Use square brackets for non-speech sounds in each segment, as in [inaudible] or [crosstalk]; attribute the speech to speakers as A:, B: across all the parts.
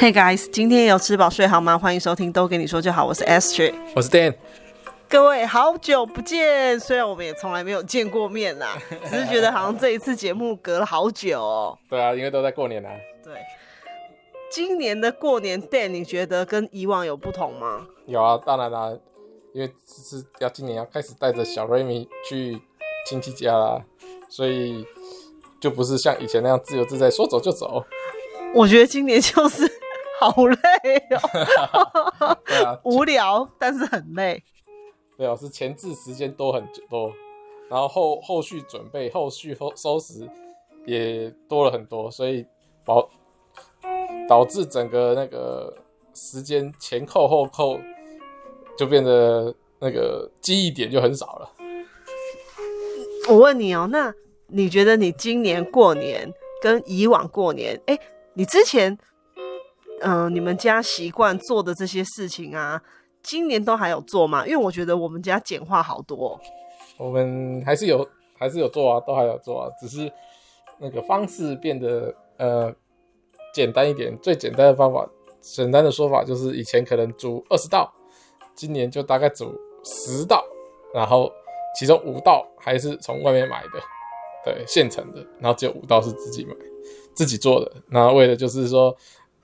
A: Hey guys，今天有吃饱睡好吗？欢迎收听《都跟你说就好》，我是 Astrid。
B: 我是 Dan，
A: 各位好久不见，虽然我们也从来没有见过面
B: [laughs]
A: 呐，只是觉得好像这一次节目隔了好久哦。
B: 对啊，因为都在过年啊。
A: 对，今年的过年 Dan，你觉得跟以往有不同吗？
B: 有啊，当然啦、因为这是要今年要开始带着小瑞米去亲戚家啦，所以就不是像以前那样自由自在，说走就走。
A: 我觉得今年就是 [laughs] 好累哦，，
B: [laughs] 对啊
A: 无聊，但是很累。
B: 对啊，是前置时间多很多，然后后后续准备、后续后收拾也多了很多，所以导导致整个那个时间前扣后扣就变得那个记忆点就很少了。
A: 我问你哦，那你觉得你今年过年跟以往过年，哎、你之前，嗯、你们家习惯做的这些事情啊，今年都还有做吗？因为我觉得我们家简化好多哦、
B: 我们还是有还是有做啊，都还有做啊，只是那个方式变得呃简单一点。最简单的方法，简单的说法就是，以前可能煮二十道，今年就大概煮十道，然后其中五道还是从外面买的，对，现成的，然后只有五道是自己买自己做的。那为了就是说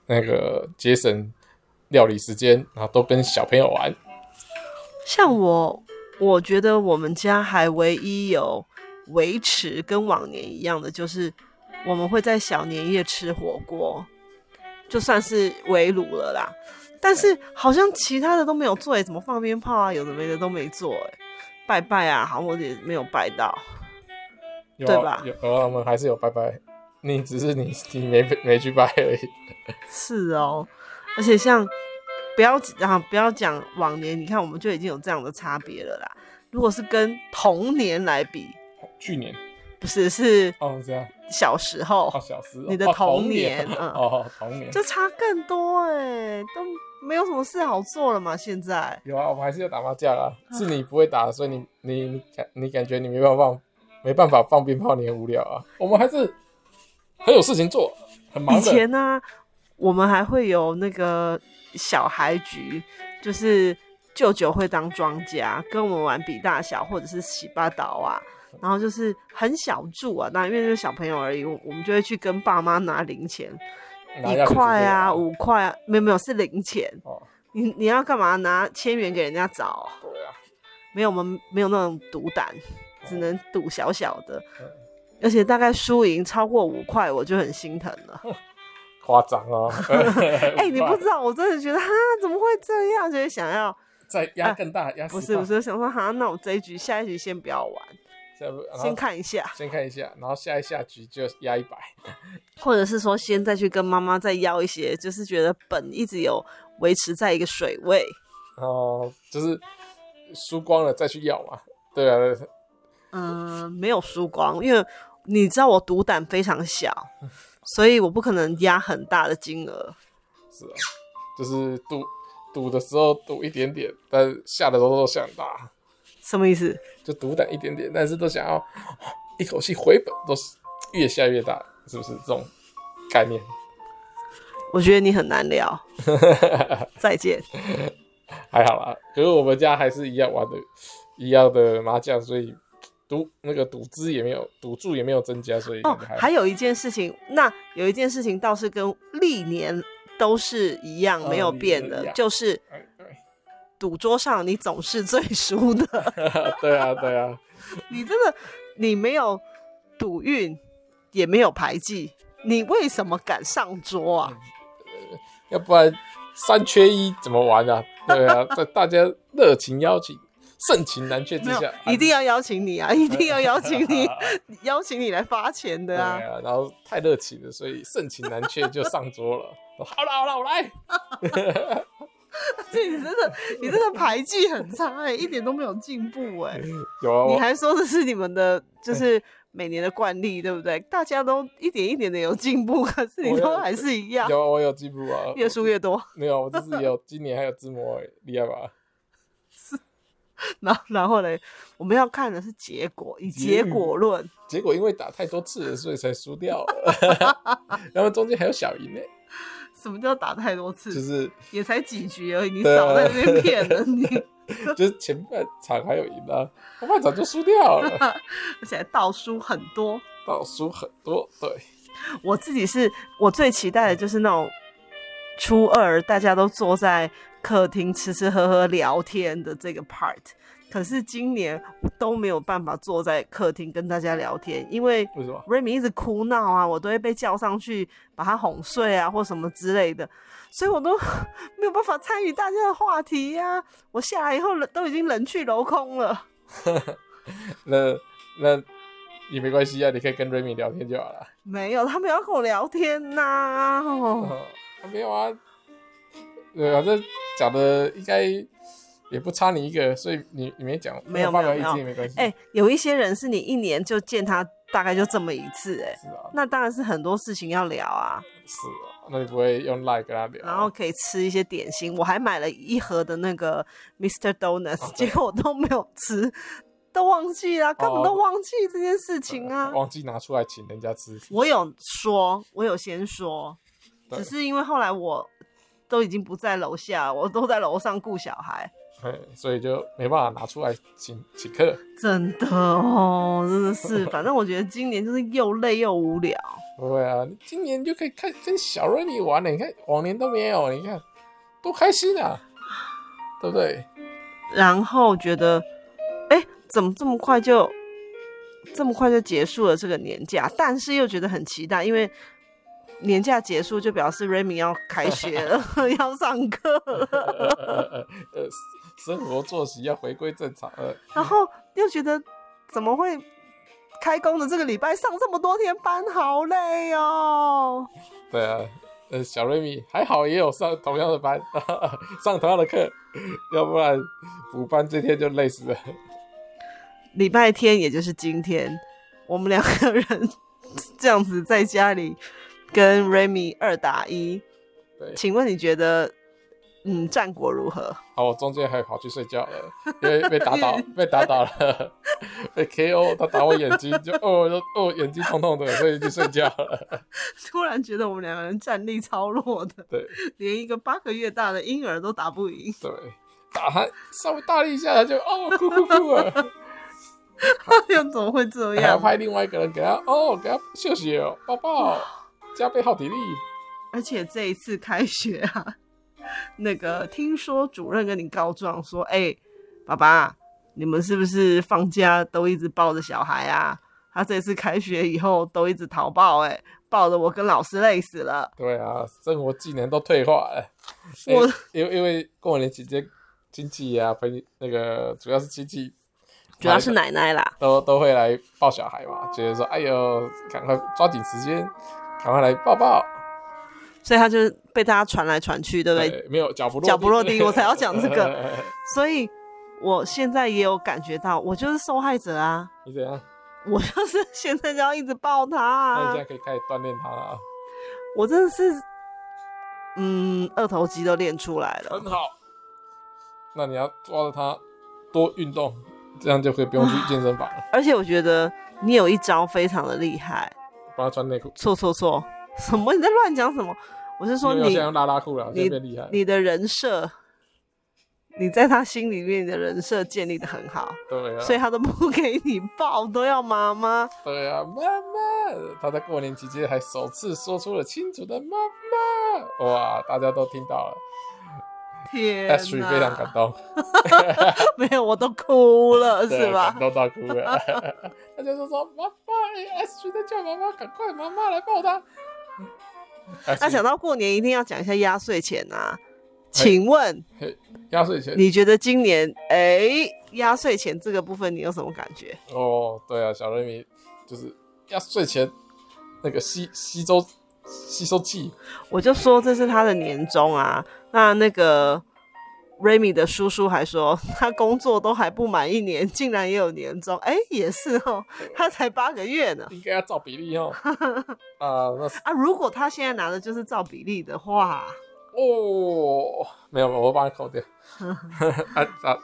B: 那个节省料理时间，然后都跟小朋友玩。
A: 像我，我觉得我们家还唯一有维持跟往年一样的，就是我们会在小年夜吃火锅，就算是围炉了啦。但是好像其他的都没有做、欸，怎么放鞭炮啊，有的没的都没做、欸，拜拜啊，好像我也没有拜到。
B: 有
A: 对
B: 啊
A: 吧
B: 有有啊，我们还是有拜拜，你只是你你没没去拜而已。
A: 是哦，而且像不要啊，不要讲往年，你看我们就已经有这样的差别了啦。如果是跟童年来比，
B: 去年
A: 不是是
B: 哦，这样
A: 小时候
B: 哦，小时候
A: 你的
B: 哦
A: 童
B: 童
A: 年嗯
B: 哦，童年
A: 就差更多哎、都没有什么事好做了嘛。现在
B: 有啊，我们还是有打麻将啊，是你不会打，所以你你你感你感觉你没办法放没办法放鞭炮，你很无聊啊。我们还是很有事情做，很忙
A: 以
B: 的。
A: 前呢、我们还会有那个小孩局，就是舅舅会当庄家，跟我们玩比大小或者是洗八岛啊。然后就是很小注啊，那因为就是小朋友而已，我我们就会去跟爸妈拿零钱，
B: 拿
A: 一
B: 钥
A: 块
B: 匙出去
A: 啊，
B: 玩
A: 五块啊，没有没有是零钱。
B: 哦，
A: 你你要干嘛？拿千元给人家找？
B: 对啊，
A: 没有，我们没有那种赌胆，只能赌小小的
B: 嗯，
A: 而且大概输赢超过五块，我就很心疼了。
B: 夸张哦。
A: [laughs] 哎、
B: 哎
A: 你不知道，我真的觉得 [laughs] 哈，怎么会这样？就会想要，
B: 再压更大，压
A: 不 [laughs]
B: 十
A: 是
B: 大
A: 不，是，想说哈，那我这一局下一局先不要玩，
B: 下不然后
A: 先看一下，
B: 先看一下，然后下一下局就压一百。
A: 或者是说先再去跟妈妈再要一些，就是觉得本一直有维持在一个水位。
B: 哦，就是输光了再去要嘛。对啊，对啊
A: 嗯，没有输光，因为你知道我赌胆非常小，所以我不可能压很大的金额。
B: 是啊，就是赌赌的时候赌一点点，但下的时候都想打，
A: 什么意思？
B: 就赌胆一点点，但是都想要一口气回本，都是越下越大，是不是这种概念？
A: 我觉得你很难
B: [laughs]
A: 聊。再见。
B: 还好啦，可是我们家还是一样玩的，一样的麻将，所以赌那个赌资也没有，赌注也没有增加，所以
A: 哦
B: 感觉，还好 [laughs]
A: 还有一件事情，那有一件事情倒是跟历年都是一样，
B: 哦
A: 没有
B: 历年
A: 变
B: 都
A: 的，
B: 一样
A: 就是
B: 哎对
A: 赌桌上你总是最输
B: [laughs]
A: 的。
B: 对啊，对啊，
A: 你真的，你没有赌运，也没有牌技，你为什么敢上桌啊？
B: 要不然三缺一怎么玩
A: [laughs]
B: 啊？对啊，在大家热情邀请、盛情难却之
A: 没有
B: 下，，
A: [laughs]
B: 啊
A: 一定要邀请
B: [laughs]
A: 你啊！一定要邀请你，邀请你来发钱
B: 对
A: 的
B: 啊
A: 啊！。
B: 然后太热情了，所以盛情难却就上桌了。 [laughs] 好了好了，我来。
A: 所以 [laughs] 你真的，你真的牌技很差哎、一点都没有进步哎、
B: 有啊，
A: 你
B: 我
A: 还说这是你们的，就是每年的惯例，对不对？大家都一点一点的有进步， [laughs] 可是你
B: 我
A: 都
B: 有
A: 还是一样，
B: 有啊我有进步啊。
A: 越输越多。
B: 没有，我这是有， [laughs] 今年还有自摸，哎厉害吧？
A: 然后， [laughs] 然后嘞，我们要看的是结果，以结
B: 结
A: 果论。
B: [laughs] 结果因为打太多次了，所以才输掉了。然后中间还有小赢呢。哎
A: 什么叫打太多次？ [laughs]
B: 就是
A: 也才几局而已，你
B: 对啊
A: 少在那边骗人，你 [laughs]
B: 就是前半场还有赢啊，后半场就输掉了，
A: 而且还倒输很多。
B: 倒输很多。对，
A: 我自己是我最期待的就是那种初二大家都坐在客厅吃吃喝喝聊天的这个 part。可是今年我都没有办法坐在客厅跟大家聊天，因为
B: 为什么？
A: Remy 一直哭闹啊，我都会被叫上去把他哄睡啊，或什么之类的，所以我都 [laughs] 没有办法参与大家的话题呀、我下来以后人都已经人去楼空了。
B: 那那也没关系啊，你可以跟 Remy 聊天就好了。
A: 没有，他们要跟我聊天呐、哦，
B: 哦没有啊，对，反正讲的应该也不差你一个，所以你你没讲，
A: 没有
B: 发表
A: 没
B: 意
A: 有
B: 见也没关系。
A: 哎、有一些人是你一年就见他大概就这么一次、哎，
B: 是啊，
A: 那当然是很多事情要聊啊，
B: 是啊，那你不会用 like 跟他聊？
A: 然后可以吃一些点心，我还买了一盒的那个 Mr. [laughs]
B: 哦
A: Donuts，、结果我都没有吃。都忘记了，根本都
B: 哦
A: 忘记这件事情啊！
B: 忘记拿出来请人家吃。
A: 我有说，我有先说，
B: 对
A: 只是因为后来我都已经不在楼下，我都在楼上顾小孩，
B: 嘿，所以就没办法拿出来请请客。
A: 真的哦，真的是，
B: [laughs]
A: 反正我觉得今年就是又累又无聊。
B: 不会啊，你今年就可以看跟小 Remy 玩了，你看往年都没有，你看多开心啊，对不对？
A: 然后觉得，哎、怎么这么快就这么快就结束了这个年假？但是又觉得很期待，因为年假结束就表示 Remy 要开学了， [laughs] 要上课了。
B: 呃呃呃呃，生活作息要回归正常呃了。
A: 然后又觉得怎么会开工的这个礼拜上这么多天班，好累哦。
B: 对啊，呃，小瑞米还好也有上同样的班， [laughs] 上同样的课， [laughs] 要不然补班这天就累死了。 [laughs]
A: 礼拜天，也就是今天，我们两个人这样子在家里跟 Remy 二打一。
B: 对
A: 请问你觉得，嗯，战果如何？
B: 好，我中间还跑去睡觉了，因为被打倒，被打倒了， [laughs] 被 KO，他打我眼睛就哦就哦眼睛痛痛的，所以去睡觉了。 [laughs]
A: 突然觉得我们两个人战力超弱的，
B: 对
A: 连一个八个月大的婴儿都打不赢。 [laughs]
B: 对，打他稍微大力一下，他就哦哭哭哭了，
A: 又怎么会这
B: 还要
A: 样？
B: 派另外一个人给他哦给他休息哦抱抱，加倍耗体力。
A: 而且这一次开学啊， [laughs] 那个听说主任跟你告状说，哎、爸爸，你们是不是放假都一直抱着小孩啊？他这次开学以后都一直逃抱、哎，抱的我跟老师累死了。
B: 对啊，生活技能都退化了。
A: [laughs] 我
B: 欸因为因为过年期间亲戚啊，朋友那个主要是亲戚，
A: 主要是奶奶啦，
B: 都都会来抱小孩嘛，觉得说哎呦，赶快抓紧时间，赶快来抱抱。
A: 所以他就是被大家传来传去，对不对？
B: 对，没有脚不落
A: 脚不落
B: [laughs]
A: 地我才要讲这个。
B: 呃
A: 所以我现在也有感觉到，我就是受害者啊。
B: [laughs] 你怎样？
A: 我就是 [laughs] 现在就要一直抱他、
B: 那你
A: 啊
B: 现在，可以开始锻炼它了，
A: 我真的是，嗯，二头肌都练出来了
B: 很。好。那你要抓着它多运动，这样就可以不用去健身房了。
A: 而且我觉得你有一招非常的厉害，
B: 帮它穿内裤，
A: 错错错，什么你在乱讲什么？我是说
B: 因为我
A: 你
B: 现在用拉拉裤了，
A: 你
B: 现在变厉害了。
A: 你的人设，你在他心里面你的人设建立的很好，
B: 对啊，
A: 所以他都不给你抱，都要妈妈。
B: 对啊，妈妈，他在过年期间还首次说出了清楚的妈妈，哇，大家都听到了
A: 天
B: ，Ashley
A: 哪，
B: 非常感动，
A: [laughs] 没有，我都哭了，
B: 对
A: 是吧
B: 感？动到哭
A: [laughs]
B: 了，他就说说妈妈，哎、a s h l e y 在叫妈妈，赶快妈妈来抱他。
A: 那讲
B: 到
A: 到过年，一定要讲一下压岁钱啊。请问
B: 压岁钱，
A: 你觉得今年哎压岁钱这个部分你有什么感觉？
B: 哦，对啊，小瑞米就是压岁钱那个吸吸收吸收器，
A: 我就说这是他的年终啊。那那个 Remy 的叔叔还说， [laughs] 他工作都还不满一年，竟然也有年终，哎，也是哦，他才八个月呢。
B: 应该要照
A: [laughs]
B: 比例哦。啊、那是
A: 啊，如果他现在拿的就是照比例的话，
B: 哦，没有，我帮你
A: [laughs]
B: 扣掉。啊啊！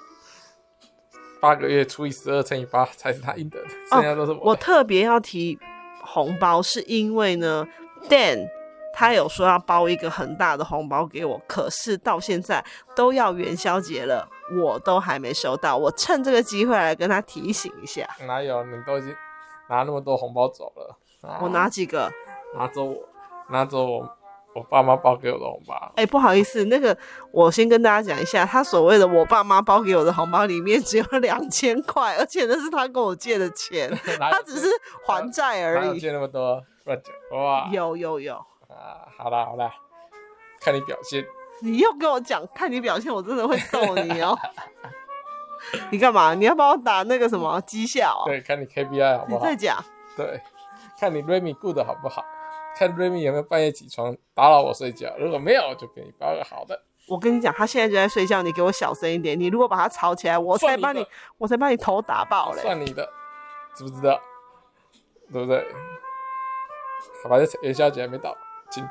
B: 八个月除以十二乘以八才是他应得的，剩下都是我
A: 哦我
B: 的。
A: 特别要提红包，是因为呢，Dan 他有说要包一个很大的红包给我，可是到现在都要元宵节了，我都还没收到。我趁这个机会来跟他提醒一下，
B: 哎哪有？你都已经拿那么多红包走了，啊
A: 我拿几个？
B: 拿走我拿走我我爸妈包给我的红
A: [laughs]
B: 包，
A: 哎、不好意思，那个我先跟大家讲一下，他所谓的我爸妈包给我的红包里面只有两千块，而且那是他跟我借的钱，
B: 哪有
A: 他只是还债
B: 哪
A: 而
B: 有
A: 已。
B: 借那么多？乱讲哇！
A: 有有有，
B: 啊，好啦好啦，看你表现。
A: 你又跟我讲，看你表现，我真的会揍你
B: [laughs]
A: 哦。你干嘛？你要帮我打那个什么绩效、哦？
B: 对，看你 KPI 好
A: 你
B: 不好
A: 再？讲，
B: 对，看你 Remy 顾的好不好，看 Remy 有没有半夜起床打扰我睡觉。如果没有，我就给你包个好的。
A: 我跟你讲，他现在就在睡觉，你给我小声一点。你如果把他吵起来，我
B: 算
A: 才
B: 你
A: 把
B: 的
A: 你，我才把你头打爆嘞。
B: 算你的，知不知道？对不对？好吧，这元宵节还没到，请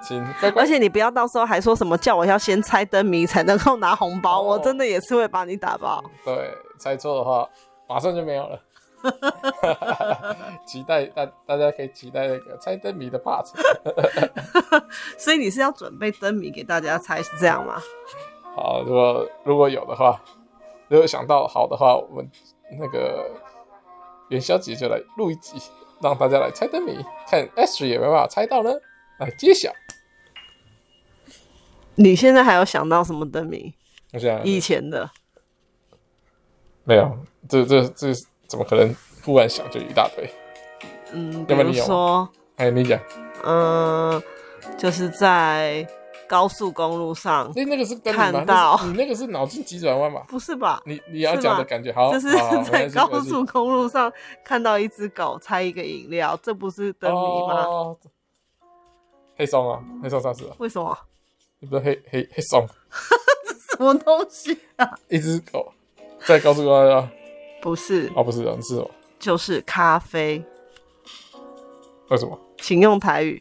B: 请乖乖
A: 而。且你不要到时候还说什么叫我要先猜灯谜才能够拿红包，
B: 哦
A: 我真的也是会把你打爆。
B: 对，猜错的话，马上就没有
A: [laughs]
B: 了。期待大大家可以期待那个猜灯谜的 part。
A: 所以你是要准备灯谜给大家猜，是这样吗？
B: 好，如果如果有的话，如果想到好的话，我们那个元宵节就来录一集，让大家来猜灯谜，看 Astrid 有没有办法猜到呢？来揭晓。
A: 你现在还有想到什么灯谜？
B: 我想
A: 以前的，
B: 没有，这这这怎么可能忽然想就一大堆？
A: 嗯，比
B: 要不然
A: 如
B: 你有
A: 说，
B: 哎，你讲，
A: 嗯、就是在高速公路上，
B: 那那个是灯谜
A: 看
B: 吗？那
A: 到
B: 是你那个是脑筋急转弯吧？
A: 不是吧？
B: 你你要
A: 是
B: 讲
A: 吗
B: 的感觉好，
A: 就是
B: 好好
A: [laughs] 在
B: 没关系没
A: 高
B: 关系
A: 速公路上看到一只狗猜一个饮料，这不是灯谜吗？
B: 哦黑松啊，黑松上市啊，
A: 为什么？ [laughs]
B: 你不是黑黑黑松，
A: 什么东西啊？
B: 一只狗在高速公路上。
A: 不是，
B: 哦，不是啊，是什么？
A: 就是咖啡，
B: 为什么？
A: 请用台语，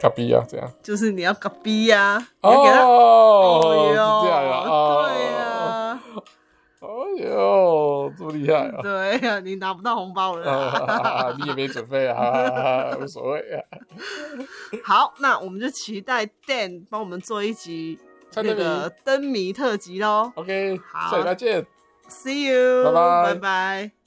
B: 卡比啊，这样。
A: 就是你要个逼呀、你要给他。
B: 哦，
A: 哎
B: 是
A: 呦
B: 这样啊，哦
A: 对呀、
B: 哎呦，这么厉害啊！
A: 对呀、你拿不到红包了啦。
B: 啊，你也没准备啊哈哈哈，无所谓啊。
A: 好，那我们就期待 Dan 帮我们做一集
B: 猜
A: 那
B: 灯谜
A: 个灯谜特辑喽。
B: OK，
A: 好
B: 下礼拜见。
A: See you，
B: 拜拜
A: 拜拜。